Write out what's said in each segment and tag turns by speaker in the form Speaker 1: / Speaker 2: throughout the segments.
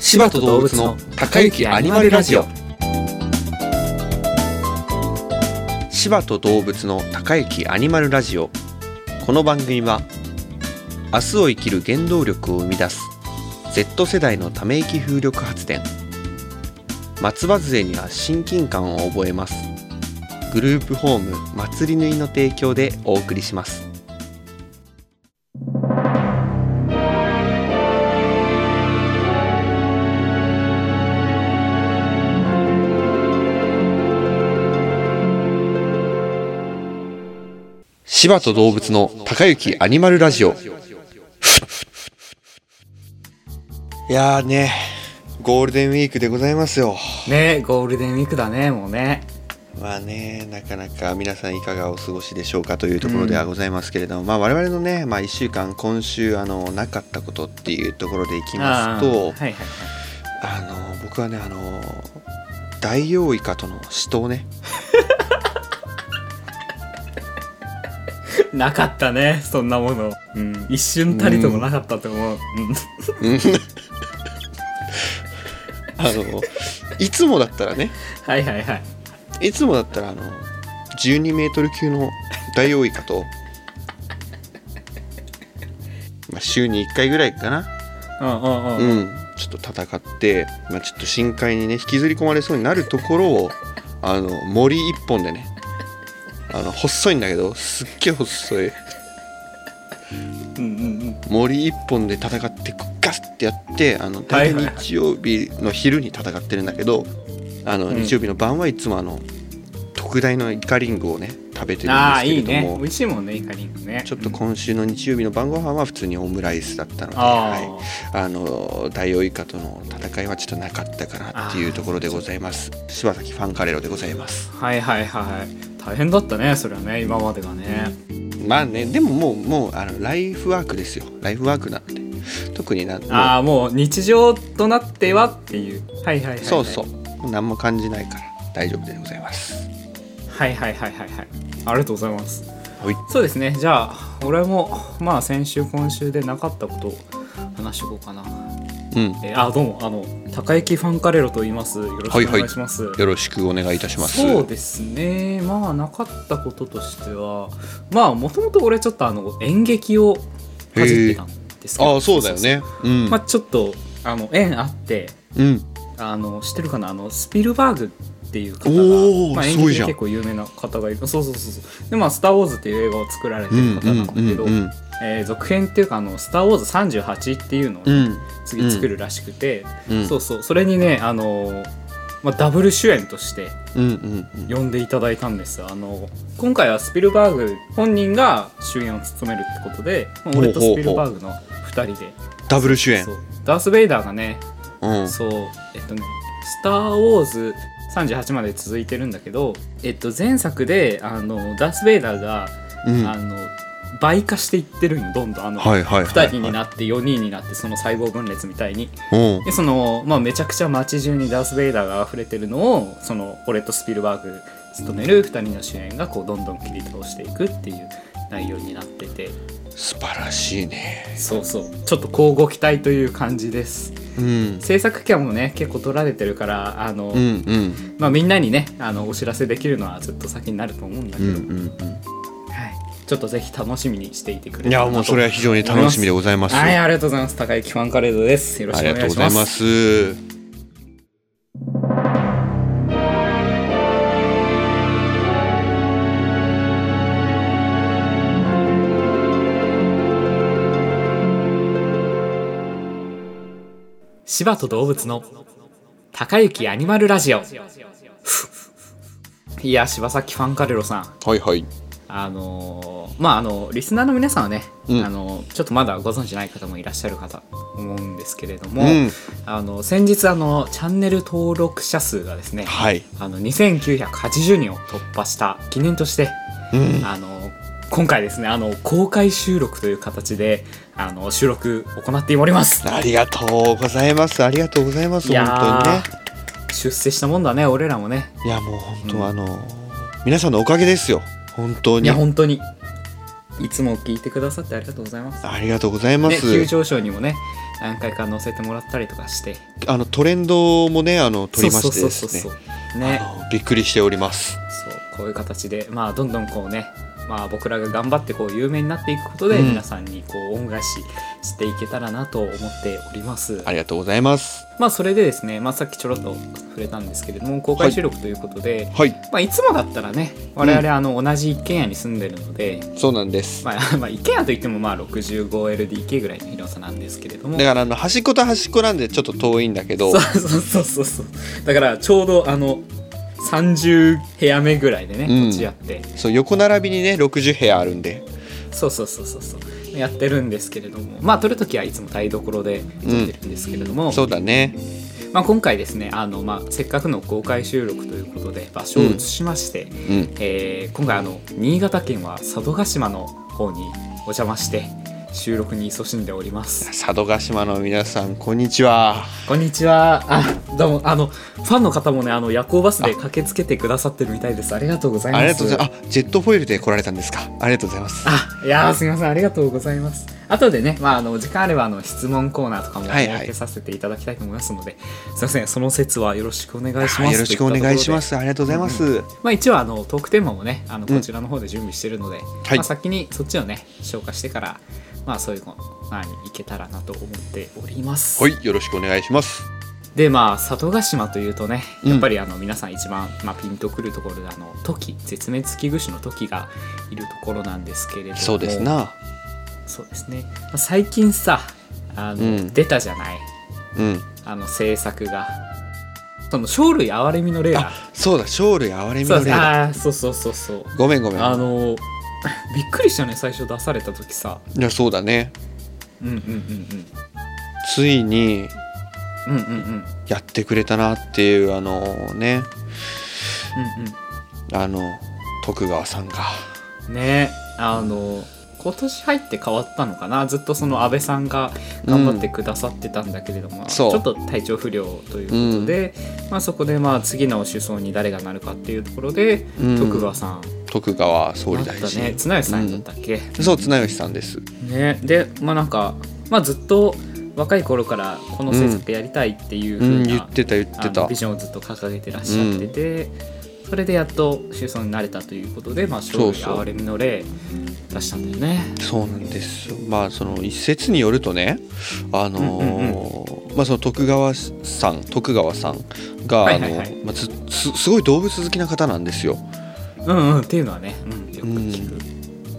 Speaker 1: 柴と動物の高行アニマルラジオ柴と動物の高行アニマルラジオこの番組は明日を生きる原動力を生み出す Z 世代のため息風力発電松葉杖には親近感を覚えますグループホーム祭り縫いの提供でお送りします柴と動物の高行アニマルラジオいやーねゴールデンウィークでございますよ
Speaker 2: ねゴールデンウィークだねもうね
Speaker 1: まあねなかなか皆さんいかがお過ごしでしょうかというところではございますけれども、まあ我々のね、まあ、1週間今週あのなかったことっていうところでいきます
Speaker 2: あ
Speaker 1: と
Speaker 2: ーはいはい
Speaker 1: あの僕はねあのダイオウイカとの死闘ね
Speaker 2: はいなかったねそんなもの、うん、一瞬たりともなかったと思う、うん
Speaker 1: うんあ のいつもだったらね
Speaker 2: はいはいはい
Speaker 1: いつもだったらあの12メートル級のダイオウイカとまあ週に1回ぐらいかな
Speaker 2: うんうんうん、
Speaker 1: うん、ちょっと戦って、まあ、ちょっと深海にね引きずり込まれそうになるところをあの森一本でねあの細いんだけどすっげえ細い
Speaker 2: うんうんうん
Speaker 1: 森一本で戦ってガスってやってあの大
Speaker 2: はい
Speaker 1: 体
Speaker 2: はい
Speaker 1: 日曜日の昼に戦ってるんだけどあの
Speaker 2: うん
Speaker 1: 日曜日の晩はいつもあの特大のイカリングをね食べてるん
Speaker 2: ああい
Speaker 1: で
Speaker 2: い
Speaker 1: すけれど
Speaker 2: ね
Speaker 1: も
Speaker 2: 美味しいもんねイカリングね
Speaker 1: ちょっと
Speaker 2: うん
Speaker 1: 今週の日曜日の晩ご飯は普通にオムライスだったので、
Speaker 2: あ
Speaker 1: はい、あのダイオウイカとの戦いはちょっとなかったかなっていうところでございます柴崎ファンカレロでございます
Speaker 2: ーはいはいはい大変だったねそれはね今までがね
Speaker 1: まあねでももうもうあのライフワークですよライフワークなんで特になもう
Speaker 2: ああもう日常となってはっていうはいはいはい、はい、
Speaker 1: そうそうもう何も感じないから大丈夫でございます
Speaker 2: はいはいはいはいはいありがとうございます
Speaker 1: はい
Speaker 2: そうですねじゃあ俺もまあ先週今週でなかったことを話していこうかな
Speaker 1: うん
Speaker 2: えーあどうもあの高幸ファンカレロと言いますよろしくお願いします、
Speaker 1: よろしくお願いいたします
Speaker 2: そうですねまあなかったこととしてはまあもともと俺ちょっとあの演劇をかじってたんですけど
Speaker 1: ああそうだよねうん、
Speaker 2: まあちょっとあの縁あって
Speaker 1: うん
Speaker 2: あの知ってるかなあのスピルバーグっていう
Speaker 1: お
Speaker 2: 方
Speaker 1: ー
Speaker 2: が、まあ、演
Speaker 1: すごい
Speaker 2: 劇
Speaker 1: じ
Speaker 2: で
Speaker 1: ゃん
Speaker 2: 結構有名な方がいるそうそうそうそうでまあ「スター・ウォーズ」っていう映画を作られて
Speaker 1: う
Speaker 2: る
Speaker 1: ん
Speaker 2: 方
Speaker 1: う
Speaker 2: なん
Speaker 1: ん
Speaker 2: だ
Speaker 1: う
Speaker 2: け
Speaker 1: ん
Speaker 2: ど、
Speaker 1: うん
Speaker 2: えー続編っていうかあの「スター・ウォーズ38」っていうのを
Speaker 1: うん
Speaker 2: 次作るらしくて、
Speaker 1: うん
Speaker 2: そうそうそれにねあの、まあ、ダブル主演として
Speaker 1: うんうんうん
Speaker 2: 呼んでいただいたんですあの今回はスピルバーグ本人が主演を務めるってことでまあ俺と
Speaker 1: ほうほうほう
Speaker 2: スピルバーグの2人で
Speaker 1: ダブル主演
Speaker 2: そうダース・ベイダーがね
Speaker 1: うん
Speaker 2: そうえっとね「スター・ウォーズ38」まで続いてるんだけど、えっと、前作であのダース・ベイダーが、
Speaker 1: うん
Speaker 2: あ
Speaker 1: はい
Speaker 2: の倍化していってるんよどんどんあの、
Speaker 1: はいはい
Speaker 2: 2人に
Speaker 1: っ
Speaker 2: なって4人になってその細胞分裂みたいに
Speaker 1: うん
Speaker 2: でその、まあ、めちゃくちゃ街中にダース・ベイダーが溢れてるのをその俺とスピルバーグ務める2人の主演がこうどんどん切り倒していくっていう内容になってて
Speaker 1: 素晴らしいね
Speaker 2: そうそうちょっと交互期待という感じです
Speaker 1: うん
Speaker 2: 制作権もね結構取られてるからあの、
Speaker 1: うんうん
Speaker 2: まあ、みんなにねあのお知らせできるのはずっと先になると思うんだけ
Speaker 1: う
Speaker 2: ど、
Speaker 1: んうん
Speaker 2: はい、ちょっとぜひ楽しみにしていてくれ
Speaker 1: うんいや
Speaker 2: たらなと
Speaker 1: もうそれは非常に楽しみでございます
Speaker 2: はいありがとうございます高木ファンカレードですよろし
Speaker 1: あ
Speaker 2: く
Speaker 1: り
Speaker 2: お
Speaker 1: がと
Speaker 2: 願
Speaker 1: うご
Speaker 2: いし
Speaker 1: ざ
Speaker 2: ま
Speaker 1: い
Speaker 2: す
Speaker 1: ます
Speaker 2: 柴と動物の高雪アニマルラジオいや柴崎ファンカレロさん
Speaker 1: はいはい
Speaker 2: あのーまああのリスナーの皆さんはね、
Speaker 1: うん
Speaker 2: あのちょっとまだご存じない方もいらっしゃるかと思うんですけれども、
Speaker 1: うん
Speaker 2: あの先日あのチャンネル登録者数がですね
Speaker 1: はい
Speaker 2: あの2980人を突破した記念として
Speaker 1: うん
Speaker 2: あの今回ですねあの公開収録という形であの収録を行っております
Speaker 1: ありがとうございますありがとうございます
Speaker 2: いや
Speaker 1: 本当にね
Speaker 2: ー出世したもんだね俺らもね
Speaker 1: いやもう本
Speaker 2: うん
Speaker 1: 当あの皆さんのおかげですよ本当
Speaker 2: い
Speaker 1: に
Speaker 2: や本当にいつも聞いてくださってありがとうございます。
Speaker 1: ありがとうございま
Speaker 2: ね、
Speaker 1: す、
Speaker 2: 急上昇にもね何回か載せてもらったりとかして
Speaker 1: あのトレンドもねあの取りまして
Speaker 2: そう
Speaker 1: で
Speaker 2: そう
Speaker 1: す
Speaker 2: そう
Speaker 1: ね
Speaker 2: そうね
Speaker 1: あのびっくりしております
Speaker 2: そうこういう形でまあどんどんこうねまあ僕らが頑張ってこう有名になっていくことで
Speaker 1: うん
Speaker 2: 皆さんにこう恩返ししていけたらなと思っております、
Speaker 1: ありがとうございます
Speaker 2: まあそれでですね、まあ、さっきちょろっと触れたんですけれども公開収録ということで、
Speaker 1: はい
Speaker 2: まあ、いつもだったらね我々あの同じ一軒家に住んでるので、
Speaker 1: そうなんです、
Speaker 2: まあ、まあ 一軒家といってもまあ 65LDK ぐらいの広さなんですけれども
Speaker 1: だからあの端っこと端っこなんでちょっと遠いんだけど
Speaker 2: そうそうそうそうそうだからちょうどあの30部屋目ぐらいでね
Speaker 1: うん
Speaker 2: 土地やって、
Speaker 1: そう横並びにね60部屋あるんで
Speaker 2: そうそうそうそうそうやってるんですけれどもまあ撮る時はいつも台所で撮ってるんですけれども、
Speaker 1: そうだね
Speaker 2: まあ、今回ですねあの、まあ、せっかくの公開収録ということで場所を移しまして、
Speaker 1: うん
Speaker 2: えー今回あの新潟県は佐渡島の方にお邪魔して収録に勤しんでおります
Speaker 1: 佐渡島の皆さんこんにちは
Speaker 2: こんにちは。あ、どうも、あの、ファンの方もね、あの、夜行バスで駆けつけてくださってるみたいです。ありがとうございます。。
Speaker 1: ありがとうございますすあジェットフォイルで来られたんですかありがとうございます
Speaker 2: あ、いやー、すみません、ありがとうございます。後でね、まあ、あの、時間あれば、あの、質問コーナーとかも
Speaker 1: はいはい
Speaker 2: 設けさせていただきたいと思いますので、すみません、その説はよろしくお願いしま
Speaker 1: あ
Speaker 2: す。。
Speaker 1: よろしくお願いしますすありがとうございます、
Speaker 2: まあ、一応、あの、トークテーマもね、あの、
Speaker 1: うん
Speaker 2: こちらの方で準備してるので、
Speaker 1: はい
Speaker 2: まあ、先にそっちをね、消化してから、まあ、そういうの、まあ、いけたらなと思っております。
Speaker 1: はいよろしくお願いします
Speaker 2: でまあ佐渡島というとね
Speaker 1: うん
Speaker 2: やっぱりあの皆さん一番、まあ、ピンとくるところであのトキ絶滅危惧種のトキがいるところなんですけれども
Speaker 1: そうですな
Speaker 2: そうですね、まあ最近さあの、
Speaker 1: うん
Speaker 2: 出たじゃない
Speaker 1: うん
Speaker 2: あの制作がその生類憐れみの例だ
Speaker 1: あそうだ生類憐れみ
Speaker 2: そう
Speaker 1: の
Speaker 2: で
Speaker 1: 例
Speaker 2: す
Speaker 1: だ
Speaker 2: あーそうそうそうそう
Speaker 1: ごめんごめん
Speaker 2: あの びっくりしたね最初出された時さ
Speaker 1: いやそうだね
Speaker 2: うんうんうん
Speaker 1: ついに
Speaker 2: うんうんうんうんうん
Speaker 1: やってくれたなっていうあのね
Speaker 2: うん
Speaker 1: あの徳川さんが
Speaker 2: ねあの今年入って変わったのかなずっとその安倍さんが頑張ってくださってたんだけれども、ち
Speaker 1: そう
Speaker 2: ょっと体調不良ということで、まあ、そこでまあ次の首相に誰がなるかっていうところで、
Speaker 1: うん
Speaker 2: 徳川さん
Speaker 1: 徳川総
Speaker 2: だ
Speaker 1: 理大
Speaker 2: ったね
Speaker 1: 臣
Speaker 2: 綱吉さんだったっけ、
Speaker 1: そう綱吉さんです
Speaker 2: ね、でまあなんか、まあ、ずっと若い頃からこの政策やりたいっていうふ
Speaker 1: う
Speaker 2: う
Speaker 1: ん
Speaker 2: な、
Speaker 1: 言ってた言って
Speaker 2: あの
Speaker 1: た
Speaker 2: ビジョンをずっと掲げてらっしゃってて、それでやっと首相になれたということで、まあ、勝
Speaker 1: そう
Speaker 2: 利
Speaker 1: そう
Speaker 2: 哀れみの例出したんだよね。
Speaker 1: そうなんですよまあその一説によるとねあのーまあその徳川さん徳川さんが
Speaker 2: は
Speaker 1: あ
Speaker 2: い
Speaker 1: の
Speaker 2: はいはい
Speaker 1: まあすすすごい動物好きな方なんですよ。
Speaker 2: うんうんっていうのはね、うん、よく聞く。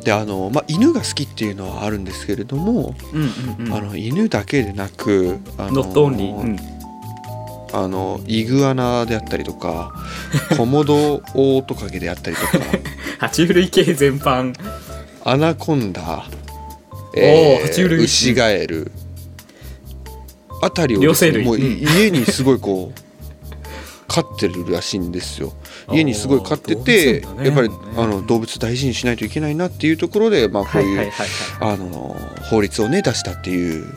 Speaker 1: であのまあ、犬が好きっていうのはあるんですけれども、
Speaker 2: うんうんうん。
Speaker 1: あの犬だけでなくあの
Speaker 2: ノットオンリー。うん
Speaker 1: あのイグアナであったりと かコモドオオトカゲであったりとか
Speaker 2: 爬虫類系全般。
Speaker 1: アナコンダ、
Speaker 2: 爬虫類
Speaker 1: ウシガエルあたりを
Speaker 2: 両
Speaker 1: です
Speaker 2: 生
Speaker 1: ね、
Speaker 2: 類
Speaker 1: もう
Speaker 2: うん
Speaker 1: い家にすごいこう飼ってるらしいんですよ家にすごい飼ってて、
Speaker 2: あー動物なんだね
Speaker 1: やっぱり
Speaker 2: もうね
Speaker 1: あの動物大事にしないといけないなっていうところで、まあ、こういう、
Speaker 2: はいはいはい
Speaker 1: あの法律をね出したっていう
Speaker 2: はい。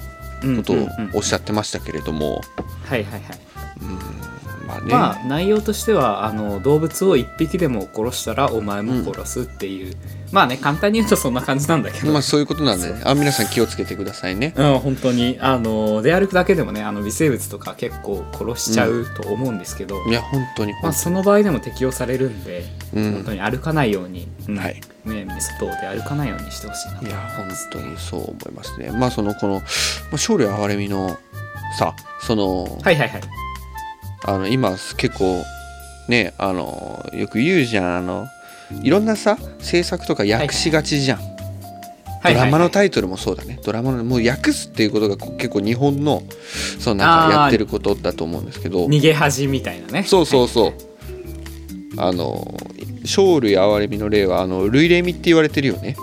Speaker 1: ことをおっ
Speaker 2: し
Speaker 1: しゃってましたけれども、
Speaker 2: はいはいはい。
Speaker 1: うんまあね、
Speaker 2: まあ内容としてはあの動物を一匹でも殺したらお前も殺すっていう、まあね簡単に言うとそんな感じなんだけど。
Speaker 1: まあそういうことなんで、
Speaker 2: そう
Speaker 1: あ皆さん気をつけてくださいね。
Speaker 2: うん、本当にあの出歩くだけでもねあの微生物とか結構殺しちゃうと思うんですけど、
Speaker 1: いや本当に
Speaker 2: まあ、
Speaker 1: 本
Speaker 2: その場合でも適用されるんで、
Speaker 1: 当に、う
Speaker 2: 本当
Speaker 1: ん、
Speaker 2: に歩かないように、うん
Speaker 1: はい
Speaker 2: むやみに外で歩かないようにしてほしいなと
Speaker 1: い
Speaker 2: 思
Speaker 1: や
Speaker 2: い
Speaker 1: 本
Speaker 2: ます
Speaker 1: 当にそう思いますね。まあそのこのまあ勝利憐れみのさその、
Speaker 2: はいはいはい
Speaker 1: あの今結構ねあのよく言うじゃんあのいろんなさ制作とか訳しがちじゃん、
Speaker 2: はい
Speaker 1: ド
Speaker 2: は
Speaker 1: ラ
Speaker 2: い
Speaker 1: マ
Speaker 2: は
Speaker 1: の
Speaker 2: い
Speaker 1: タイトルもそうだねドラマのもう訳すっていうことがこう結構日本のそのなんかやってることだと思うんですけど
Speaker 2: 逃げ恥みたいなね
Speaker 1: そうそうそう。あの生類憐れみの例はあの類例味って言われてるよ ね。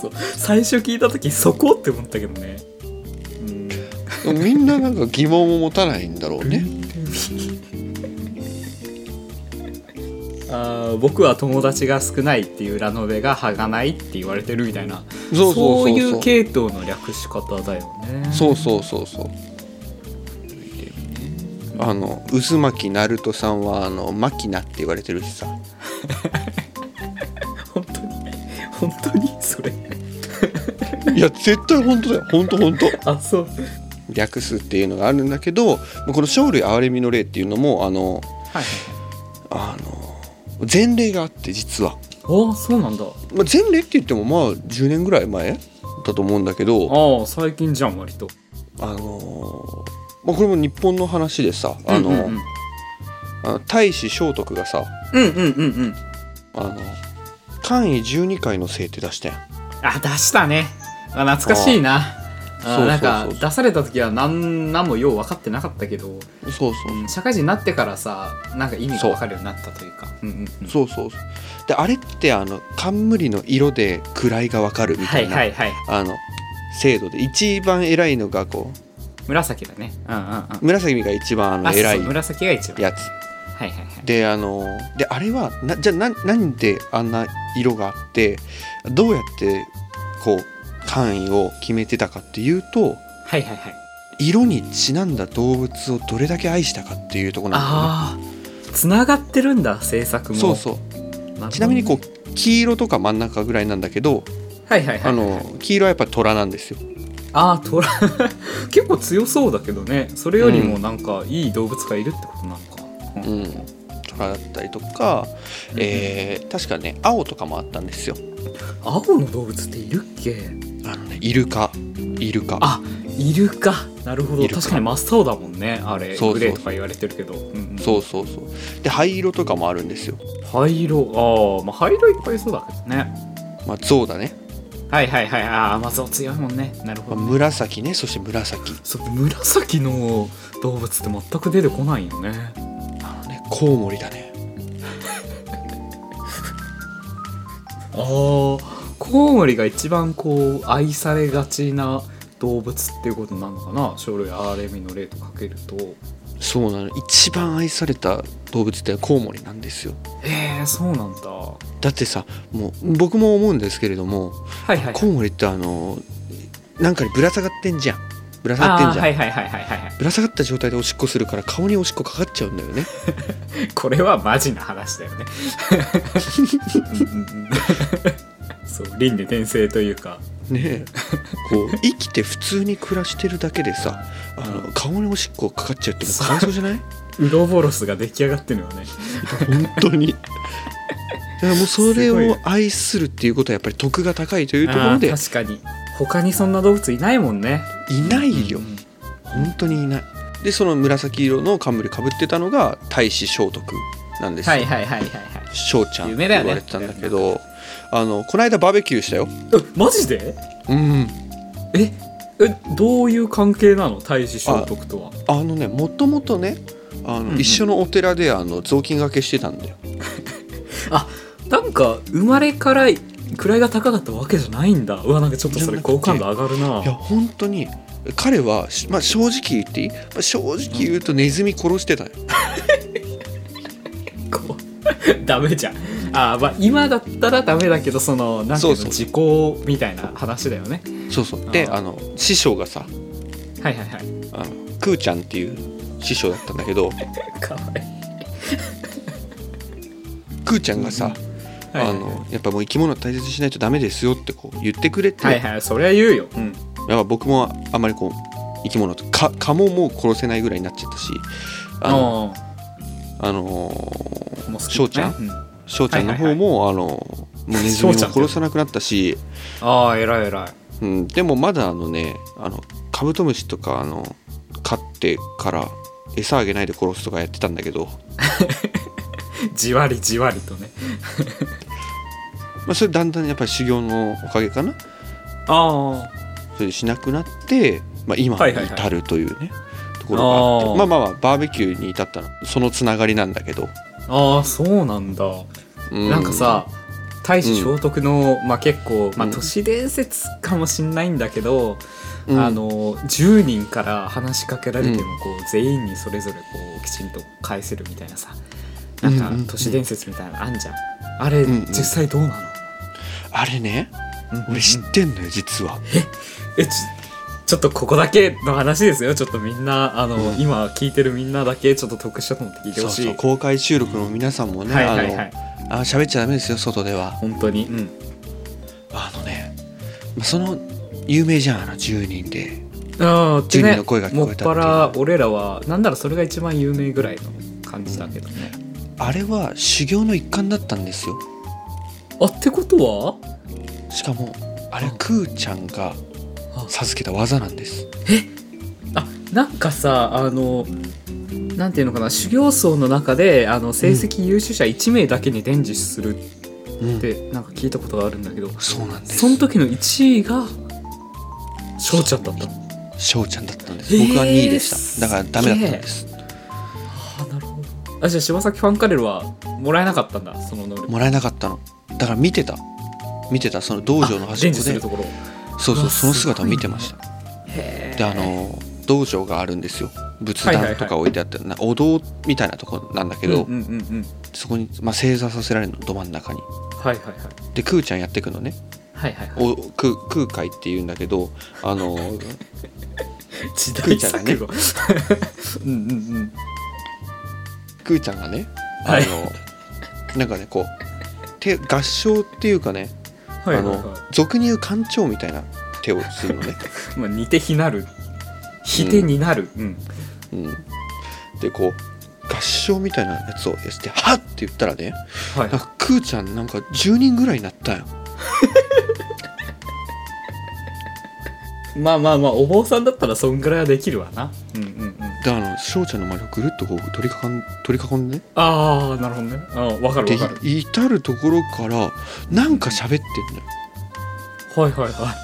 Speaker 2: そう最初聞いた時そこって思ったけどねうん
Speaker 1: でもみんななんか疑問を持たないんだろうね。
Speaker 2: あー僕は友達が少ないっていうラノベが「はがない」って言われてるみたいな
Speaker 1: そうそうそうそう
Speaker 2: いう系統の略し方だよね
Speaker 1: そうそうそうそう。あの渦 巻きナルトさんはあのマキナって言われてるしさ。
Speaker 2: 本本当にそれ
Speaker 1: いや絶対本当だよ本当本当
Speaker 2: あそう
Speaker 1: 略すっていうのがあるんだけどこの「生類憐れみの霊」っていうのもあの
Speaker 2: はい
Speaker 1: あの前例があって実は、
Speaker 2: ああそうなんだ
Speaker 1: まあ、前例って言ってもまあ10年ぐらい前だと思うんだけど
Speaker 2: ああ最近じゃん割と
Speaker 1: あのーまあ、これも日本の話でさあの、
Speaker 2: うん
Speaker 1: あの太子聖徳がさ
Speaker 2: うんうんうんうんうん
Speaker 1: あの官位12回の制って出したやん
Speaker 2: あ出したねあ懐かしいな
Speaker 1: あ
Speaker 2: あ
Speaker 1: そうそうそう
Speaker 2: なんか出された時は何何もよう分かってなかったけど、
Speaker 1: そうそう
Speaker 2: うん社会人になってからさなんか意味が分かるようになったというかうんうんうん
Speaker 1: そうそうそうであれってあの冠の色で位がわかるみ
Speaker 2: は
Speaker 1: た
Speaker 2: い
Speaker 1: いな、
Speaker 2: はいはい
Speaker 1: あの制度で一番偉いのがこ
Speaker 2: 紫だねうんうんうん
Speaker 1: う紫が一番あの
Speaker 2: あそう
Speaker 1: 偉
Speaker 2: そ
Speaker 1: いう
Speaker 2: 紫が一番
Speaker 1: やつ
Speaker 2: はいはいはい
Speaker 1: であのであれはなじゃあななんであんな色があってどうやってこう官位を決めてたかっていうと
Speaker 2: はいはいはい
Speaker 1: 色にちなんだ動物をどれだけ愛したかっていうところなん
Speaker 2: ああつながってるんだ制作
Speaker 1: だよ
Speaker 2: も
Speaker 1: ね。そうそう
Speaker 2: う
Speaker 1: ちなみにこう黄色とか真ん中ぐらいなんだけど
Speaker 2: はいはいはい
Speaker 1: あの黄色はやっぱ虎なんですよ。
Speaker 2: ああトラ 結構強そうだけどねそれよりもなんかいい動物がいるってことなのか、うん
Speaker 1: うん、虎だったりとか、えー確かね青とかもあったんですよ。
Speaker 2: 青の動物っているっけ
Speaker 1: あのねイルカイルカ
Speaker 2: あいるかなるほど
Speaker 1: いるか
Speaker 2: 確かに真っ青だもんねあれ
Speaker 1: そうそう
Speaker 2: グレーとか言われてるけど、うんうん
Speaker 1: そうそうそうで灰色とかもあるんですよ。
Speaker 2: 灰色ああまあ灰色いっぱいいそうだけどね
Speaker 1: まあ、象だね、
Speaker 2: はいはいはいああまず強いもんねなる
Speaker 1: ま
Speaker 2: ほ
Speaker 1: あ、
Speaker 2: ど、
Speaker 1: 紫ねそして紫
Speaker 2: そう紫の動物って全く出てこないよね
Speaker 1: あのねコウモリだね
Speaker 2: あーコウモリが一番こう愛されがちな動物っていうことなのかな生類憐れみの例とかけると
Speaker 1: そうなの一番愛された動物ってコウモリなんですよ
Speaker 2: えー、そうなんだは
Speaker 1: だってさもう僕も思うんですけれども
Speaker 2: いはい
Speaker 1: コウモリってあのなんかにぶら下がってんじゃんぶら下が
Speaker 2: あ
Speaker 1: ってん
Speaker 2: ー
Speaker 1: じゃん、
Speaker 2: はいはいはいはいはいは
Speaker 1: ぶら下がった状態でおしっこするから顔におしっこかかっちゃうんだよね
Speaker 2: いこれはマジな話だよね うんうんうんそう輪廻転生というか
Speaker 1: ねえこ う生きて普通に暮らしてるだけでさあの顔におしっこかかっちゃうってもう感想じゃない
Speaker 2: ウロボロスが出来上がってるのはね
Speaker 1: 本当 にだからもうそれ
Speaker 2: すごい
Speaker 1: を
Speaker 2: ね
Speaker 1: 愛するっていうことはやっぱり得が高いというところで
Speaker 2: あー確かに他にそんな動物いないもんね
Speaker 1: いないよ
Speaker 2: うんうん
Speaker 1: 本当にいないでその紫色の冠かぶってたのが太子聖徳なんですよ、
Speaker 2: はいはいはいはいはい
Speaker 1: 翔ちゃんって
Speaker 2: 夢だよ
Speaker 1: 言わ
Speaker 2: ね
Speaker 1: れてたんだけどあのこの間バーベキューしたよ
Speaker 2: えマジで
Speaker 1: うん
Speaker 2: ええどういう関係なの太子聖徳とは
Speaker 1: あのねもともとねあの、
Speaker 2: うんうん
Speaker 1: 一緒のお寺であの雑巾がけしてたんだよ
Speaker 2: なんか生まれから位が高かったわけじゃないんだうわなんかちょっとそれ好感度上がるない
Speaker 1: や本当に彼は、しまあ、正直言っていい、まあ、正直言うとネズミ殺してたよ、
Speaker 2: こう ダメじゃんあー、まあ今だったらダメだけどそのなんていうの
Speaker 1: そうそう
Speaker 2: 時効みたいな話だよね
Speaker 1: そうそうで
Speaker 2: あー
Speaker 1: あの師匠がさ
Speaker 2: はいはいはい
Speaker 1: あのクーちゃんっていう師匠だったんだけど
Speaker 2: かわいい
Speaker 1: クーちゃんがさ、
Speaker 2: はい
Speaker 1: あのやっぱもう生き物を大切にしないとダメですよってこう言ってくれて、
Speaker 2: はいはいそれは言うよ、うん、
Speaker 1: やっぱ僕もあんまりこう生き物とか蚊ももう殺せないぐらいになっちゃったしあの
Speaker 2: あ
Speaker 1: あのー
Speaker 2: あもう好き
Speaker 1: 翔ちゃん
Speaker 2: ねうん
Speaker 1: 翔ちゃんの方も、あのもうネズミ
Speaker 2: 翔
Speaker 1: も
Speaker 2: ちゃんって
Speaker 1: 殺さなくなったし、
Speaker 2: ああ偉い偉い
Speaker 1: うん、でもまだあのねあのカブトムシとかあの飼ってから餌あげないで殺すとかやってたんだけど、
Speaker 2: じわりじわりとね
Speaker 1: まあ、それだんだんやっぱり修行のおかげかな
Speaker 2: あ
Speaker 1: それでしなくなって、まあ、今
Speaker 2: はい
Speaker 1: に
Speaker 2: はいはい
Speaker 1: 至るというね、ところがあって
Speaker 2: あー
Speaker 1: まあまあまあバーベキューに至ったのそのつながりなんだけど、
Speaker 2: あああそうなんだ
Speaker 1: う
Speaker 2: なんかさ太子聖徳の、まあ、結構、まあ、
Speaker 1: うん
Speaker 2: 都市伝説かもしんないんだけど、
Speaker 1: うん
Speaker 2: あの10人から話しかけられても
Speaker 1: うん
Speaker 2: こう全員にそれぞれこうきちんと返せるみたいなさなん
Speaker 1: うんうんうん
Speaker 2: か都市伝説みたいなのあんじゃんあれ、
Speaker 1: うんうん
Speaker 2: 実際どうなの、
Speaker 1: あれね
Speaker 2: うん
Speaker 1: 俺知ってんのよ実は
Speaker 2: えちちょっとここだけの話ですよちょっとみんなあの、
Speaker 1: うん
Speaker 2: 今聞いてるみんなだけちょっと得したと思って聞いて
Speaker 1: そう
Speaker 2: ほしい
Speaker 1: そう公開収録の皆さんもね
Speaker 2: はい
Speaker 1: あ
Speaker 2: はいは
Speaker 1: の
Speaker 2: い
Speaker 1: あ喋っちゃダメですよ外では
Speaker 2: 本当に、うん、
Speaker 1: あのねまあその有名じゃんあの10人で
Speaker 2: ああ
Speaker 1: 10人の声が聞こえたっていう
Speaker 2: もっぱら俺らはなんならそれが一番有名ぐらいの感じだけどね、
Speaker 1: あれは修行の一環だったんですよ
Speaker 2: あってことは
Speaker 1: しかもあれくーちゃんが
Speaker 2: あ
Speaker 1: 授けた技なんです
Speaker 2: あなんかさあのなんていうのかな修行僧の中であの成績優秀者1名だけに伝授するっ
Speaker 1: うん
Speaker 2: てなんか聞いたことがあるんだけど
Speaker 1: そうなんです
Speaker 2: その時の1位が翔ちゃんだったの
Speaker 1: 翔ちゃんだったんです
Speaker 2: えー
Speaker 1: 僕は2位でし
Speaker 2: す
Speaker 1: ただ
Speaker 2: げ
Speaker 1: から
Speaker 2: え
Speaker 1: ダメだったんです
Speaker 2: あなるほどあじゃあ柴崎ファンカレルはもらえなかったんだその能力
Speaker 1: もらえなかったのだから見てた見てたその道場の端っ
Speaker 2: 伝
Speaker 1: こ
Speaker 2: 授す
Speaker 1: で
Speaker 2: るところ
Speaker 1: そう
Speaker 2: う
Speaker 1: そう
Speaker 2: わ
Speaker 1: その姿を見てました
Speaker 2: へえ
Speaker 1: であの道場があるんですよ仏壇とか置いてあって、なお堂みたいなとこなんだけど、
Speaker 2: うんうんうんうん
Speaker 1: そこに、まあ、正座させられるのど真ん中に
Speaker 2: はいはいはい
Speaker 1: でクーちゃんやってくのね
Speaker 2: はいはいはい
Speaker 1: おクークー会っていうんだけどあの
Speaker 2: 時
Speaker 1: 代
Speaker 2: 代
Speaker 1: 錯
Speaker 2: 錯誤 うんうんうん
Speaker 1: クーちゃんがねあの、
Speaker 2: はい
Speaker 1: なんかねこう手合掌っていうかね、
Speaker 2: は
Speaker 1: あ
Speaker 2: いはい
Speaker 1: の
Speaker 2: は
Speaker 1: 俗に言う官庁みたいな手をする のね、
Speaker 2: いまあ似て非なる非手になるうん
Speaker 1: うん、でこう合掌みたいなやつをやって「はっ!」って言ったらね
Speaker 2: はい
Speaker 1: なんかクーちゃんなんか10人ぐらいになったよ
Speaker 2: まあまあまあお坊さんだったらそんぐらいはできるわなうんうんうん
Speaker 1: だから翔ちゃんの周りをぐるっとこう取りかかん取り囲んでね
Speaker 2: ああなるほどねああわかる
Speaker 1: で
Speaker 2: わかる
Speaker 1: い至る所からなんか喋ってんのよ
Speaker 2: はいはいは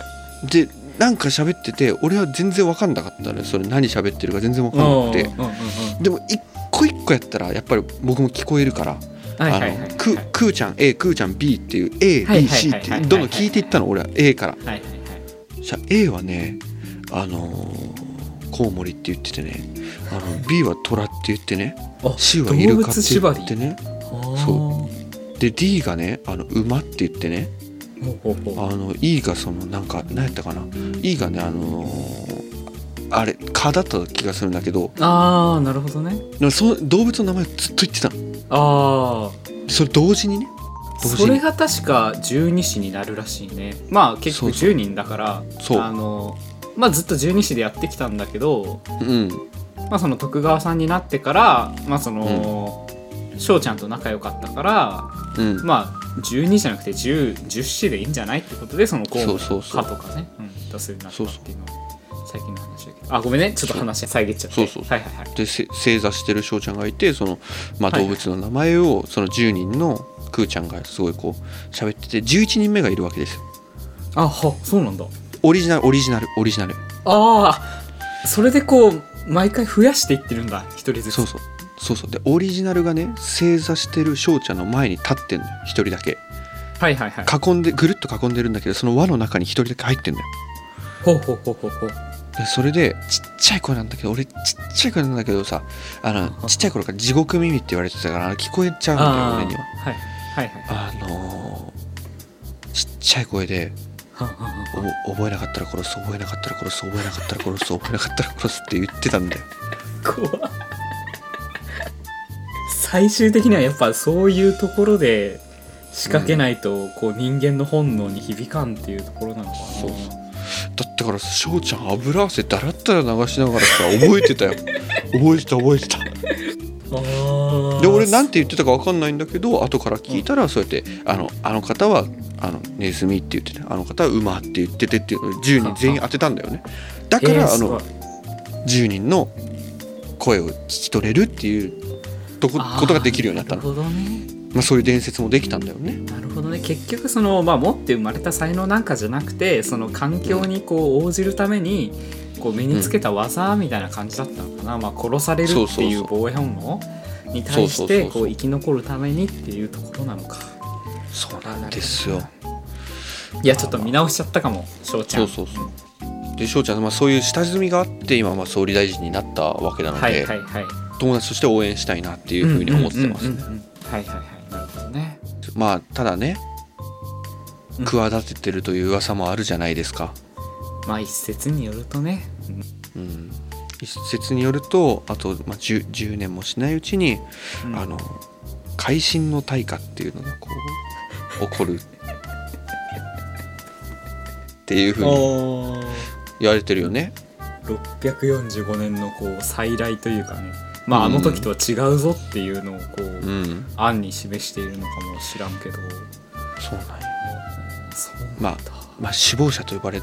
Speaker 2: い
Speaker 1: でなんか喋ってて俺は全然分かんなかったのよそれ何喋ってるか全然分
Speaker 2: う
Speaker 1: か
Speaker 2: ん
Speaker 1: んなく
Speaker 2: うんうん
Speaker 1: てでも一個一個やったらやっぱり僕も聞こえるから
Speaker 2: はい
Speaker 1: あ
Speaker 2: はいはいは
Speaker 1: の
Speaker 2: い
Speaker 1: くくーちゃん A くーちゃん B っていう
Speaker 2: はいはい
Speaker 1: ABC っ
Speaker 2: はいはい
Speaker 1: て
Speaker 2: はい
Speaker 1: どんどん聞いていったの俺は A から
Speaker 2: はいはいはい
Speaker 1: じゃあ A はねあのーコウモリって言っててねあの B はトラって言ってね
Speaker 2: あ
Speaker 1: C はイルカ
Speaker 2: 動
Speaker 1: って
Speaker 2: 物縛り
Speaker 1: 言ってね
Speaker 2: そ
Speaker 1: そで D がねあの馬って言ってね
Speaker 2: うほうほうほう
Speaker 1: あの E がそのなんか何やったかな E がねあのーあれ蚊だった気がするんだけど
Speaker 2: ああなるほどね
Speaker 1: でもその動物の名前をずっと言ってたの
Speaker 2: あ
Speaker 1: それ同時にね
Speaker 2: あ
Speaker 1: 同時に
Speaker 2: それが確か十二支になるらしいねまあ結
Speaker 1: そう
Speaker 2: 局
Speaker 1: そう
Speaker 2: 10人だから
Speaker 1: そう
Speaker 2: あのまあずっと十二支でやってきたんだけど、
Speaker 1: うん
Speaker 2: まあ、その徳川さんになってからまあその翔、ちゃんと仲良かったから
Speaker 1: うん
Speaker 2: まあ12じゃなくて 10, 10支でいいんじゃないってことでそのコウモリ
Speaker 1: そうそうそう
Speaker 2: とかねうん出すようになったっていうのは最近の話だけどあごめんねちょっと話遮っちゃって
Speaker 1: そうそうそう
Speaker 2: はいはいはい
Speaker 1: でせ正座してる翔ちゃんがいてその、まあ、
Speaker 2: は
Speaker 1: 動
Speaker 2: い
Speaker 1: 物の名前をその10人のクーちゃんがすごいこう喋ってて11人目がいるわけですよ
Speaker 2: あはそうなんだ
Speaker 1: オリジナルオリジナルオリジナル
Speaker 2: ああそれでこう毎回増やしていってるんだ一人ずつ
Speaker 1: そうそうそうそうでオリジナルがね正座してる翔ちゃんの前に立ってんのよ一人だけ
Speaker 2: はいはいはい
Speaker 1: 囲んでぐるっと囲んでるんだけどその輪の中に一人だけ入ってんのよ
Speaker 2: ほうほうほうほうほう
Speaker 1: でそれでちっちゃい声なんだけど俺ちっちゃい声なんだけどさあのちっちゃい頃から地獄耳って言われてたから聞こえちゃうんだよ
Speaker 2: あー
Speaker 1: 俺には
Speaker 2: はいはいはい
Speaker 1: あのーちっちゃい声で
Speaker 2: はんはんは
Speaker 1: お
Speaker 2: ん
Speaker 1: 覚えなかったら殺す覚えなかったら殺す覚えなかったら殺す覚えなかったら殺すって言ってたんだよ
Speaker 2: 怖っ最終的にはやっぱそういうところで仕掛けないとこう人間の本能に響かんっていうところなのかな、
Speaker 1: そうだってから翔ちゃん油汗だらったら流しながらさ覚えてたよ覚えてた覚えてた
Speaker 2: あ
Speaker 1: で俺なんんて言ってたか分かんないんだけど後から聞いたらそうやってあのあの方はあのネズミって言っててあの方は馬って言っててっていうのを10人全員当てたんだよねだから、あの10人の声を聞き取れるっていうとこことができるようになったの
Speaker 2: なるほどね
Speaker 1: まあ、そういう伝説もできたんだよね
Speaker 2: なるほどね結局その、まあ、持って生まれた才能なんかじゃなくてその環境にこう応じるためにこう身につけた技みたいな感じだったのかな、まあ、殺される
Speaker 1: そう
Speaker 2: っ
Speaker 1: そう
Speaker 2: てい
Speaker 1: そうう
Speaker 2: 防衛本能に
Speaker 1: そうそ
Speaker 2: 対し
Speaker 1: うそう
Speaker 2: て
Speaker 1: そう
Speaker 2: こう生き残るためにっていうところなのか
Speaker 1: そうなんですよ
Speaker 2: いやちょっと見直しちゃったかも翔ちゃ
Speaker 1: そうんそうそうで翔ちゃん、まあ、そういう下積みがあって今まあ総理大臣になったわけなので、
Speaker 2: はいはいはい
Speaker 1: 友達として応援したいなっていうふうに思ってますね、
Speaker 2: うんうんうんうんはいはいはいなるほどね
Speaker 1: まあただね
Speaker 2: うん
Speaker 1: 企ててるという噂もあるじゃないですか、
Speaker 2: まあ一説によるとね
Speaker 1: うん、一説によるとあと、まあ、10, 10年もしないうちに、
Speaker 2: うん
Speaker 1: あの 改心の対価っていうのがこう起こるっていうふうに言われてるよね。
Speaker 2: 645年のこう再来というかねまああの時とは違うぞっていうのをこう、
Speaker 1: うん、
Speaker 2: 案に示しているのかも知らんけど
Speaker 1: そうなんよ
Speaker 2: そうなんだ
Speaker 1: まあまあ、死亡者と呼ばれ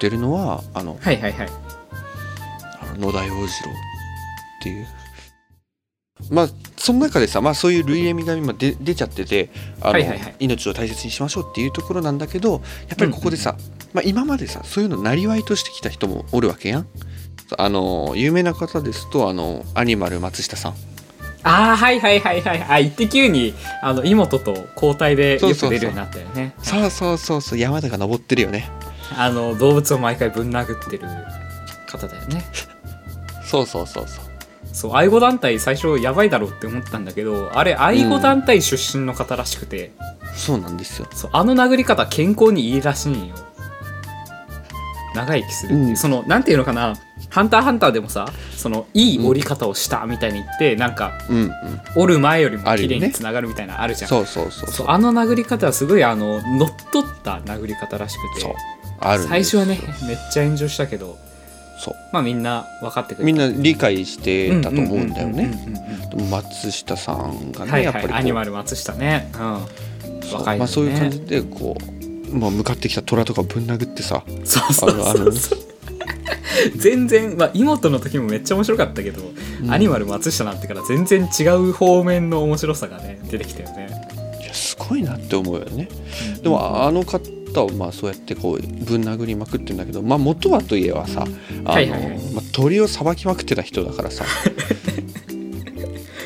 Speaker 1: てるのはあの
Speaker 2: はいはいはい
Speaker 1: あの野田洋次郎っていう。まあその中でさ、まあ、そういう類縁味が今出出ちゃっててあの、
Speaker 2: はいはいはい
Speaker 1: 命を大切にしましょうっていうところなんだけどやっぱりここでさ、まあ、今までさそういうのなりわいとしてきた人もおるわけやん。あの有名な方ですとあのアニマル松下さん
Speaker 2: ああはいはいはいはいあ一滴にあの妹と交代で
Speaker 1: そう
Speaker 2: よ
Speaker 1: そ
Speaker 2: く
Speaker 1: うそう
Speaker 2: 出るようになったよね
Speaker 1: そうそうそうそう山田が登ってるよね
Speaker 2: あの動物を毎回ぶん殴ってる方だよね
Speaker 1: そうそうそうそう
Speaker 2: そう愛護団体最初やばいだろうって思ったんだけどあれ愛護団体出身の方らしくて、
Speaker 1: そうなんですよ
Speaker 2: そうあの殴り方健康にいいらしいんよ長生きするっていう、
Speaker 1: うん
Speaker 2: そのなんていうのかな「ハンターハンター」でもさそのいい折り方をしたみたいに言って、なんか
Speaker 1: うんうん
Speaker 2: 折る前よりも
Speaker 1: あるよ
Speaker 2: 綺
Speaker 1: ね
Speaker 2: 麗につながるみたいなのあるじゃん
Speaker 1: そうそうそう
Speaker 2: そ
Speaker 1: そうう
Speaker 2: あの殴り方はすごいあの乗っ取った殴り方らしく
Speaker 1: そう
Speaker 2: て
Speaker 1: あるん
Speaker 2: 最
Speaker 1: で
Speaker 2: 初
Speaker 1: す
Speaker 2: は
Speaker 1: よ
Speaker 2: ねめっちゃ炎上したけど
Speaker 1: そ
Speaker 2: まあみんな分かってく
Speaker 1: うみ
Speaker 2: れ
Speaker 1: ん
Speaker 2: た
Speaker 1: な理解してたと思うんだよね
Speaker 2: うんうんうんうんうんうん
Speaker 1: でも松下さんがね、
Speaker 2: はい
Speaker 1: やっぱり
Speaker 2: はい
Speaker 1: こう
Speaker 2: アニマル松下ねうん
Speaker 1: そう
Speaker 2: 若い
Speaker 1: ま
Speaker 2: の
Speaker 1: あ、そういう感じ
Speaker 2: ね
Speaker 1: でこう、まあ、向かってきた虎とかをぶん殴ってさ
Speaker 2: そうそう
Speaker 1: あのあ
Speaker 2: そ
Speaker 1: の
Speaker 2: うそう 全然、まあ、妹の時もめっちゃ面白かったけど、
Speaker 1: うん
Speaker 2: アニマル松下なんてから全然違う方面の面白さがね出てきたよね
Speaker 1: いやすごいなって思うよねでもああの方をまあそうやってこうぶん殴りまくってるんだけど、まあ、元はといえばさあの、
Speaker 2: はいはいはい
Speaker 1: まあ、鳥をさばきまくってた人だからさ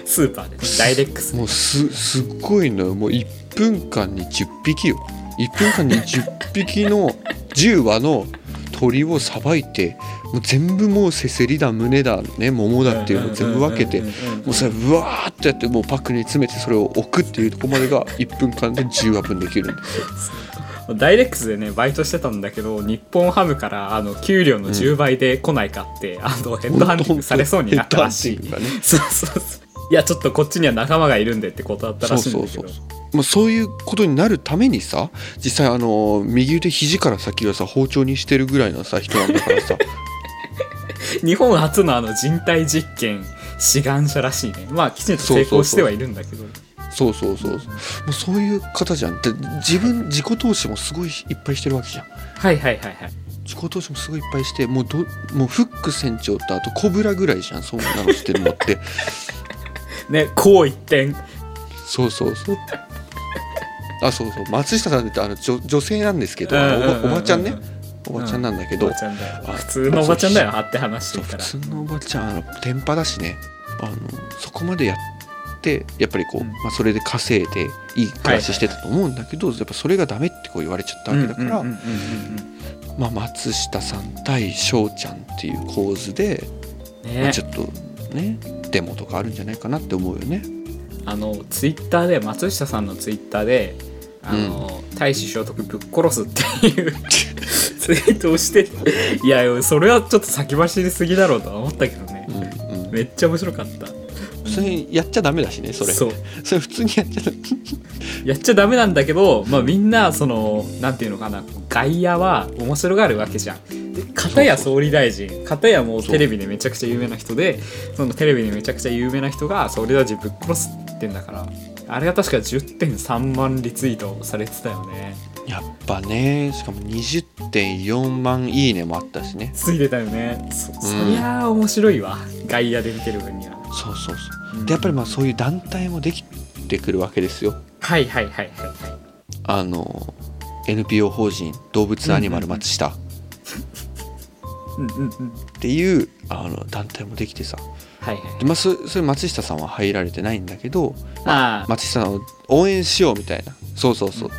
Speaker 2: スーパー でねダイレックス
Speaker 1: もうすすっごいのよもう1分間に10匹よ1分間に10匹の10羽の鳥をさばいてもう全部もうせせりだ胸だね桃だっていうのを全部分けて
Speaker 2: うんうんうんうん
Speaker 1: もうそれうわーってやってもうパックに詰めてそれを置くっていうとこまでが1分間で10話分できるんですよ
Speaker 2: ダイレックスでねバイトしてたんだけど日本ハムからあの給料の10倍で来ないかって、あのヘッドハンティングされそうになったらしい
Speaker 1: ヘッドハンティングがね
Speaker 2: そうそうそういやちょっとこっちには仲間がいるんでってことだった
Speaker 1: そ
Speaker 2: ら
Speaker 1: う
Speaker 2: しいん
Speaker 1: そ
Speaker 2: だ
Speaker 1: う
Speaker 2: け
Speaker 1: そ
Speaker 2: ど
Speaker 1: うそうまあそういうことになるためにさ実際あの右腕肘から先がさ包丁にしてるぐらいのさ人なんだからさ
Speaker 2: 日本初のあの人体実験志願者らしいねまあきちんと成功してはいるんだけ
Speaker 1: そう
Speaker 2: ど
Speaker 1: そうそうそうもうそういう方じゃんで自分自己投資もすごいいっぱいしてるわけじゃん
Speaker 2: はいはいはいはい
Speaker 1: 自己投資もすごいいっぱいしてもうどもうフック船長とあとコブラぐらいじゃんそんなのしてるのって
Speaker 2: ねこう一点
Speaker 1: そうそうそう。あ、そうそう、松下さんってあの女女性なんですけど、
Speaker 2: うん
Speaker 1: お
Speaker 2: うんうんうん
Speaker 1: ばおばちゃんね、おばちゃんなんだけど、
Speaker 2: おばちゃんだよ
Speaker 1: あ
Speaker 2: 普通のおばちゃんだよ
Speaker 1: そ
Speaker 2: あって話して
Speaker 1: そう
Speaker 2: る
Speaker 1: 普
Speaker 2: から
Speaker 1: 通のおばちゃんあの天パだしね、あのそこまでやってやっぱりこう、
Speaker 2: うん
Speaker 1: まあそれで稼いでいい暮らししてたと思うんだけど、やっぱそれがダメってこう言われちゃったわけだから、
Speaker 2: うんうんうんうん
Speaker 1: まあ松下さん対翔ちゃんっていう構図で、
Speaker 2: うん
Speaker 1: まあ
Speaker 2: ね
Speaker 1: ちょっとね。デモとかあるんじゃないかなって思うよね。
Speaker 2: あのツイッターで松下さんのツイッターで「あの大使所得ぶっ殺す」っていう ツイートをしていやそれはちょっと先走りすぎだろうとは思ったけどね
Speaker 1: うんうん。
Speaker 2: めっちゃ面白かった
Speaker 1: 普通にやっちゃダメだしね、それ。
Speaker 2: そう
Speaker 1: それ普通にやっちゃダメ。
Speaker 2: やっちゃダメなんだけど、まあ、みんなそのなんていうのかな外野は面白がるわけじゃん。で片や総理大臣片やもうテレビでめちゃくちゃ有名な人でそのテレビでめちゃくちゃ有名な人が総理大臣ぶっ殺すって言ってんだからあれが確か10.3万リツイートされてたよね
Speaker 1: やっぱねしかも20.4万いいねもあったしね
Speaker 2: ついてたよねそそ
Speaker 1: うん
Speaker 2: りゃあ面白いわ外野で見てる分には。
Speaker 1: そうそうそう
Speaker 2: うん
Speaker 1: でやっぱりまあそういう団体もできてくるわけですよ
Speaker 2: はいはいはいはいはい。
Speaker 1: あの NPO 法人動物アニマル松下っ
Speaker 2: うんうんうん。
Speaker 1: ていうあの団体もできてさ
Speaker 2: はいはい。
Speaker 1: で、まあ、そそれ松下さんは入られてないんだけど
Speaker 2: ああ
Speaker 1: 松下さんを応援しようみたいなそうそうそう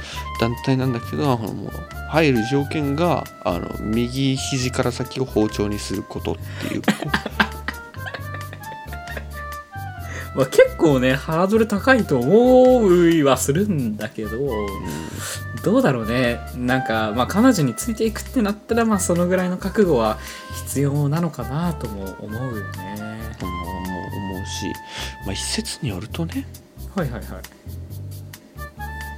Speaker 1: 団体なんだけどあのもう入る条件があの右肘から先を包丁にすることっていうこう
Speaker 2: まあ、結構ねハードル高いと思うはするんだけど、どうだろうねなんか、まあ、彼女についていくってなったら、まあ、そのぐらいの覚悟は必要なのかなとも思うよね
Speaker 1: 思う思う思うし、まあ、一説によるとね、
Speaker 2: はいはいはい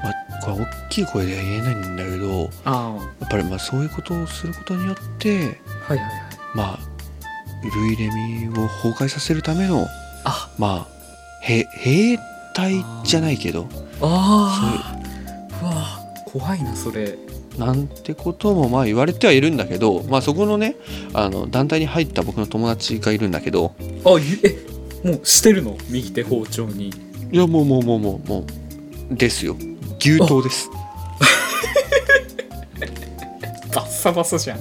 Speaker 1: まあ、これ大きい声では言えないんだけど
Speaker 2: あ
Speaker 1: やっぱりまあそういうことをすることによって
Speaker 2: あはいはいはい
Speaker 1: まあルイ・レミを崩壊させるための
Speaker 2: あ
Speaker 1: まあへ兵隊じゃないけど
Speaker 2: ああうわ怖いなそれ
Speaker 1: なんてこともまあ言われてはいるんだけど、まあ、そこのねあの団体に入った僕の友達がいるんだけど
Speaker 2: あゆえもうしてるの右手包丁に
Speaker 1: いやもうもうもうもうもうですよ牛刀です
Speaker 2: バッサバサじゃん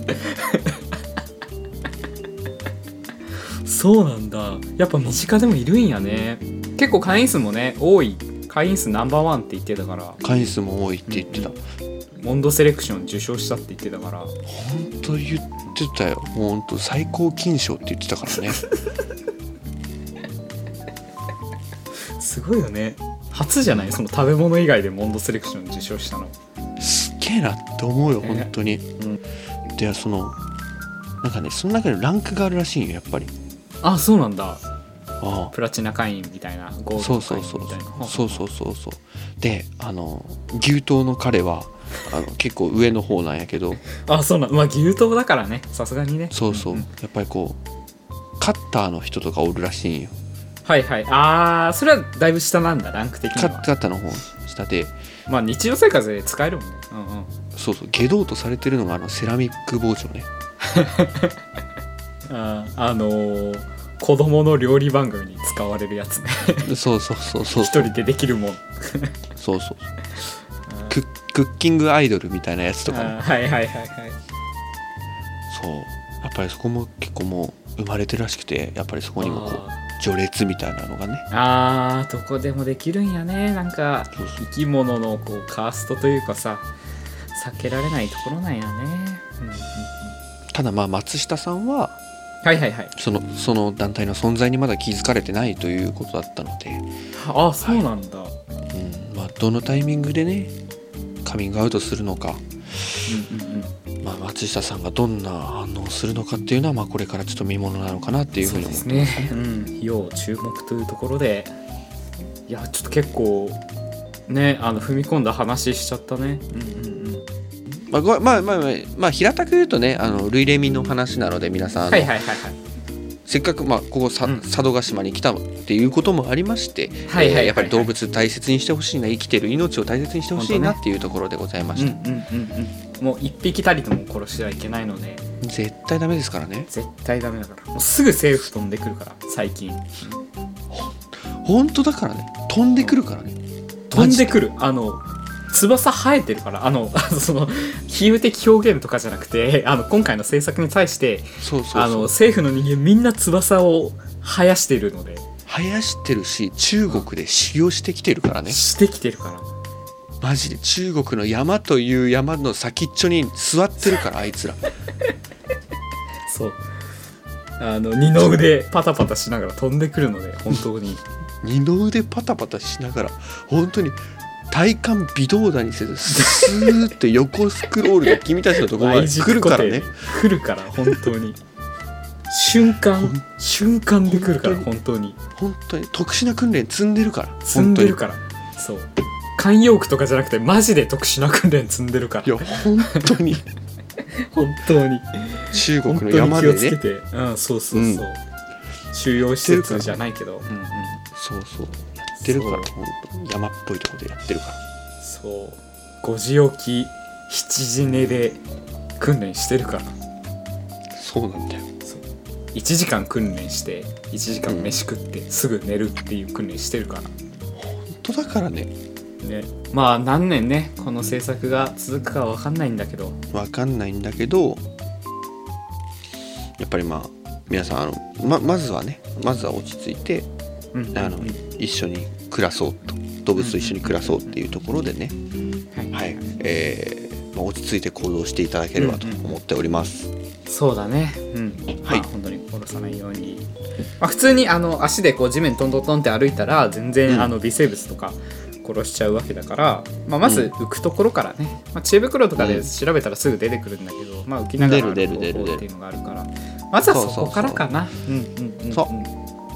Speaker 2: そうなんだやっぱ身近でもいるんやね結構会員数もね多い会員数ナンバーワンって言ってたから
Speaker 1: 会員数も多いって言ってた
Speaker 2: うんモンドセレクション受賞したって言ってたから
Speaker 1: 本当言ってたよもう本当最高金賞って言ってたからね
Speaker 2: すごいよね初じゃないその食べ物以外でモンドセレクション受賞したの
Speaker 1: すっげえなって思うよ本当に、でそのなんかねその中でランクがあるらしいんよやっぱり
Speaker 2: あそうなんだ
Speaker 1: あ
Speaker 2: プラチナ会員みたいなゴー
Speaker 1: そ
Speaker 2: ルド
Speaker 1: うそう
Speaker 2: 会
Speaker 1: そう
Speaker 2: 員みたいな
Speaker 1: そうそうそうそうであの牛刀の彼 はあの結構上の方なんやけど
Speaker 2: あそうなんまあ牛刀だからねさすがにね
Speaker 1: そうそう、
Speaker 2: んん
Speaker 1: やっぱりこうカッターの人とかおるらしいんよ
Speaker 2: はいはいあーそれはだいぶ下なんだランク的に
Speaker 1: カ
Speaker 2: は
Speaker 1: ッカッターの方下で
Speaker 2: まあ日常生活で使えるもんねうんうん
Speaker 1: そうそう下道とされてるのがあのセラミック包丁 ね
Speaker 2: あーあのー子供の料理番組に使われるやつね
Speaker 1: そうそうそうそう
Speaker 2: 一人でできるもん
Speaker 1: そうそうクックッキングアイドルみたいなやつとかね
Speaker 2: あーはいはいはいはい
Speaker 1: そうやっぱりそこも結構もう生まれてるらしくてやっぱりそこにもこう
Speaker 2: あ
Speaker 1: 序列みたいなのがね
Speaker 2: ーあーどこでもできるんやねなんか
Speaker 1: そうそう
Speaker 2: 生き物のこうカーストというかさ避けられないところなんやね、うんうんうん、
Speaker 1: ただまあ松下さんは
Speaker 2: はいはいはい
Speaker 1: そのその団体の存在にまだ気づかれてないということだったので、
Speaker 2: ああそうなんだ、
Speaker 1: うんまあ、どのタイミングでねカミングアウトするのか、
Speaker 2: うんうんうん
Speaker 1: まあ、松下さんがどんな反応をするのかっていうのは、まあ、これからちょっと見ものなのかなっていうふうに思
Speaker 2: そうですね、うん、要注目というところでいやちょっと結構ねあの踏み込んだ話しちゃったねうんうんうん
Speaker 1: まあ、ごまあまあまあ、まあ、平たく言うとねあの類レミの話なので皆さん、あの
Speaker 2: はいはいはいはい
Speaker 1: せっかく、まあ、ここさ
Speaker 2: うん
Speaker 1: 佐渡島に来たっていうこともありまして、
Speaker 2: はいはいはいは
Speaker 1: え
Speaker 2: い
Speaker 1: ーやっぱり動物大切にしてほしいな生きてる命を大切にしてほしいな
Speaker 2: 本当ね
Speaker 1: っていうところでございま
Speaker 2: うん
Speaker 1: し
Speaker 2: う
Speaker 1: た、
Speaker 2: んうんうんもう一匹たりとも殺してはいけないので
Speaker 1: 絶対ダメですからね
Speaker 2: 絶対ダメだからもうすぐセーフ飛んでくるから最近
Speaker 1: 本当だからね飛んでくるからね
Speaker 2: 飛んでくるあの翼生えてるからあの その比喩的表現とかじゃなくてあの今回の制作に対して
Speaker 1: そうそう
Speaker 2: あ
Speaker 1: そ
Speaker 2: の
Speaker 1: う
Speaker 2: 政府の人間みんな翼を生やしているので
Speaker 1: 生やしてるし中国で修行してきてるからね
Speaker 2: してきてるから
Speaker 1: マジで中国の山という山の先っちょに座ってるからあいつ ら
Speaker 2: そうあの二の腕パタパタしながら飛んでくるので本 当に
Speaker 1: 二の腕パタパタしながら本当に体幹微動だにせずスーッと横スクロールで君たちのとこ ろまで来るからね
Speaker 2: 来るから本当に瞬間瞬間で来るから本当に
Speaker 1: 本当に特殊な訓練積んでるから
Speaker 2: 積んでるからそう慣用句とかじゃなくてマジで特殊な訓練積んでるから
Speaker 1: 本当にいや本 当に
Speaker 2: 本当に
Speaker 1: 中国
Speaker 2: 本
Speaker 1: の
Speaker 2: 当に
Speaker 1: 山
Speaker 2: 気
Speaker 1: で
Speaker 2: をつけ
Speaker 1: ね
Speaker 2: て、うんそうそうそう、
Speaker 1: うん
Speaker 2: 収容施設じゃないけど、うんうん、
Speaker 1: そうそうやってるから本当山っぽいところでやってるから
Speaker 2: そう5時起き7時寝で訓練してるから
Speaker 1: そうなんだよ
Speaker 2: 1時間訓練して1時間飯食ってすぐ寝るっていう訓練してるから
Speaker 1: 本当だからね
Speaker 2: ねまあ何年ねこの制作が続くかは分かんないんだけど
Speaker 1: わかんないんだけどやっぱりまあ皆さんあのままずはねまずは落ち着いて
Speaker 2: うんうん
Speaker 1: あの
Speaker 2: うん
Speaker 1: 一緒に暮らそうと動物と一緒に暮らそうっていうところでね、
Speaker 2: は
Speaker 1: はいいえーまあ、落ち着いて行動していただければと思っております。
Speaker 2: そうだねうん
Speaker 1: はい
Speaker 2: まあ、本当に殺さないように、まあ、普通にあの足でこう地面トントントンって歩いたら全然、
Speaker 1: うん
Speaker 2: あの微生物とか殺しちゃうわけだから、まあ、まず浮くところからね、まあ、知恵袋とか
Speaker 1: う
Speaker 2: で
Speaker 1: ん
Speaker 2: 調べたらすぐ出てくるんだけど、まあ、浮きながら歩
Speaker 1: 出
Speaker 2: く
Speaker 1: る出る
Speaker 2: 方
Speaker 1: 出
Speaker 2: 法
Speaker 1: る
Speaker 2: っていうのがあるからまずは
Speaker 1: そうそ
Speaker 2: そ
Speaker 1: うそう
Speaker 2: こからかなうんうんうん
Speaker 1: そ
Speaker 2: うん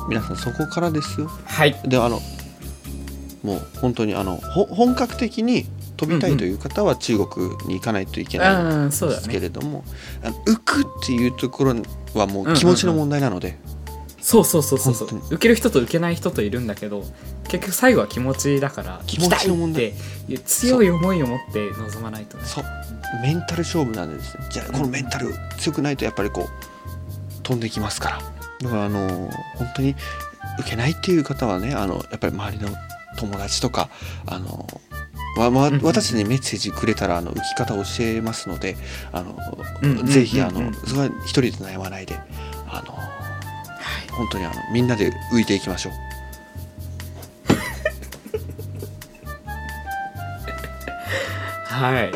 Speaker 1: 皆さんそこからですよ
Speaker 2: はい
Speaker 1: であのもう本当にあのほ本格的に飛びたいという方は中国に行かないといけないん
Speaker 2: ああそう
Speaker 1: で
Speaker 2: だ
Speaker 1: すけ
Speaker 2: ね
Speaker 1: れども、あの浮くっていうところはもう気持ちの問題なので、
Speaker 2: そうそうそうそうそう
Speaker 1: 本当
Speaker 2: 受ける人と受けない人といるんだけど結局最後は気持ちだから
Speaker 1: 気持ちの問題
Speaker 2: 行きたいって強い思いを持って臨まないとね
Speaker 1: そうメンタル勝負なんでですねじゃあこのメンタル強くないとやっぱりこう飛んできますからだからあのー本当に受けないっていう方はねあのやっぱり周りの友達とかあのーわわ
Speaker 2: うんうん
Speaker 1: 私にメッセージくれたらあの浮き方を教えますのであの、
Speaker 2: うんうんうんうん
Speaker 1: ぜひあのそれは一人で悩まないであのー
Speaker 2: はい
Speaker 1: 本当にあのみんなで浮いていきましょう
Speaker 2: はい。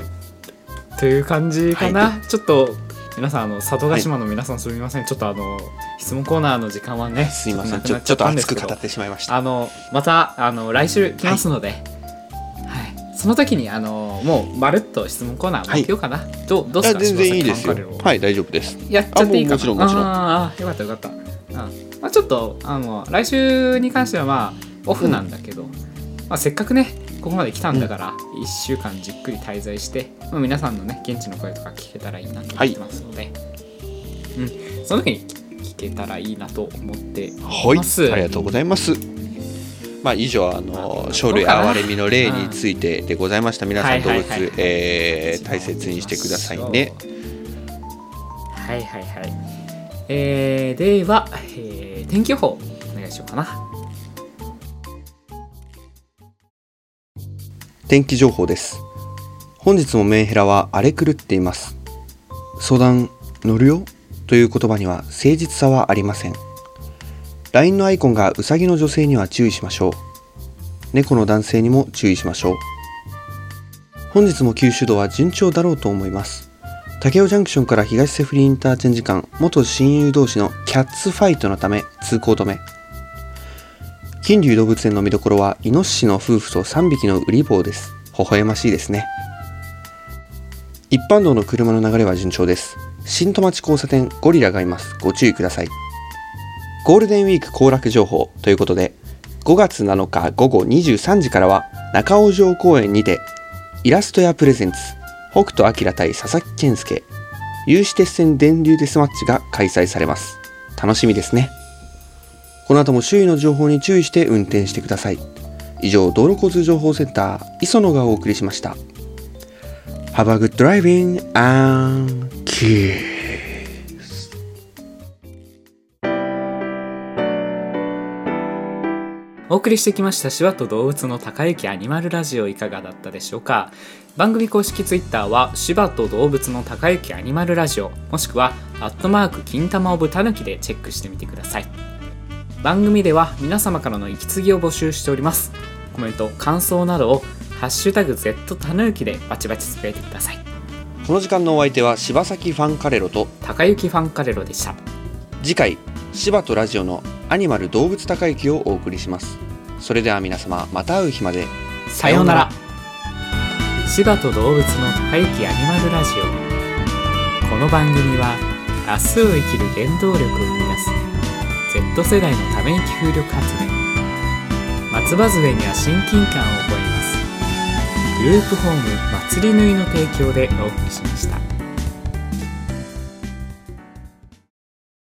Speaker 2: という感じかな。ちょっと皆さんあの佐渡島の皆さんすみません、ちょっとあの質問コーナーの時間はね
Speaker 1: すいません
Speaker 2: なく
Speaker 1: ち
Speaker 2: な
Speaker 1: ょ
Speaker 2: っ
Speaker 1: ちょっと
Speaker 2: たんで
Speaker 1: 熱
Speaker 2: す
Speaker 1: く
Speaker 2: けど
Speaker 1: 語ってしまいました
Speaker 2: あのまたあの来週来ますので、はいその時にあのもうまるっと質問コーナー設けようかな、どうどうす
Speaker 1: あ
Speaker 2: か
Speaker 1: 全然いいですよ
Speaker 2: 柴田さん
Speaker 1: はい大丈夫です
Speaker 2: やっちゃっていい
Speaker 1: あもう
Speaker 2: かな
Speaker 1: もちろんもちろん
Speaker 2: あーあーよかったよかった、うんまあ、ちょっとあの来週に関してはまあオフなんだけど、まあ、せっかくねここまで来たんだから1週間じっくり滞在して、まあ、皆さんのね現地の声とか聞けたらいいなと思ってますので、うん、その時に聞けたらいいなと思ってお
Speaker 1: はい、
Speaker 2: ります、
Speaker 1: ありがとうございます。まあ、以上、あの、生類憐れみの例についてでございました。皆さん、動
Speaker 2: はい
Speaker 1: 物
Speaker 2: はいはい、
Speaker 1: えー大切にしてくださいね。
Speaker 2: はいはいはい。えー、では、えー天気予報お願いしようかな。
Speaker 1: 天気情報です。本日もメンヘラは荒れ狂っています。相談、乗るよという言葉には誠実さはありません。LINE のアイコンがウサギの女性には注意しましょう。猫の男性にも注意しましょう。本日も九州道は順調だろうと思います。竹尾ジャンクションから東セフリーインターチェンジ間、元親友同士のキャッツファイトのため通行止め。金龍動物園の見どころはイノシシの夫婦と3匹のウリ坊です微笑ましいですね一般道の車の流れは順調です新戸町交差点ゴリラがいますご注意くださいゴールデンウィーク行楽情報ということで5月7日午後23時からは中尾城公園にてイラストやプレゼンツ北斗晶対佐々木健介有刺鉄線電流デスマッチが開催されます楽しみですねこの後も周囲の情報に注意して運転してください。以上、道路交通情報センター、磯野がお送りしました。Have a good driving and kiss.
Speaker 2: お送りしてきました「手話と動物の高雪アニマルラジオ」いかがだったでしょうか番組公式ツイッターは「手話と動物の高雪アニマルラジオ」もしくは「アットマーク金玉オブタヌキ」でチェックしてみてください番組では皆様からの息継ぎを募集しておりますコメント感想などを「ハッシュタグ #Z たぬき」でバチバチつぶやいてください
Speaker 1: この時間のお相手は柴崎ファンカレロと、
Speaker 2: 高雪ファンカレロでした
Speaker 1: 次回、柴とラジオのアニマル動物高雪をお送りします。それでは皆様、また会う日まで。
Speaker 2: さようなら柴と動物の高雪アニマルラジオこの番組は明日を生きる原動力を生み出す Z 世代のため息風力発電松葉杖には親近感を覚えますグループホームまつりぬいの提供でお送りしました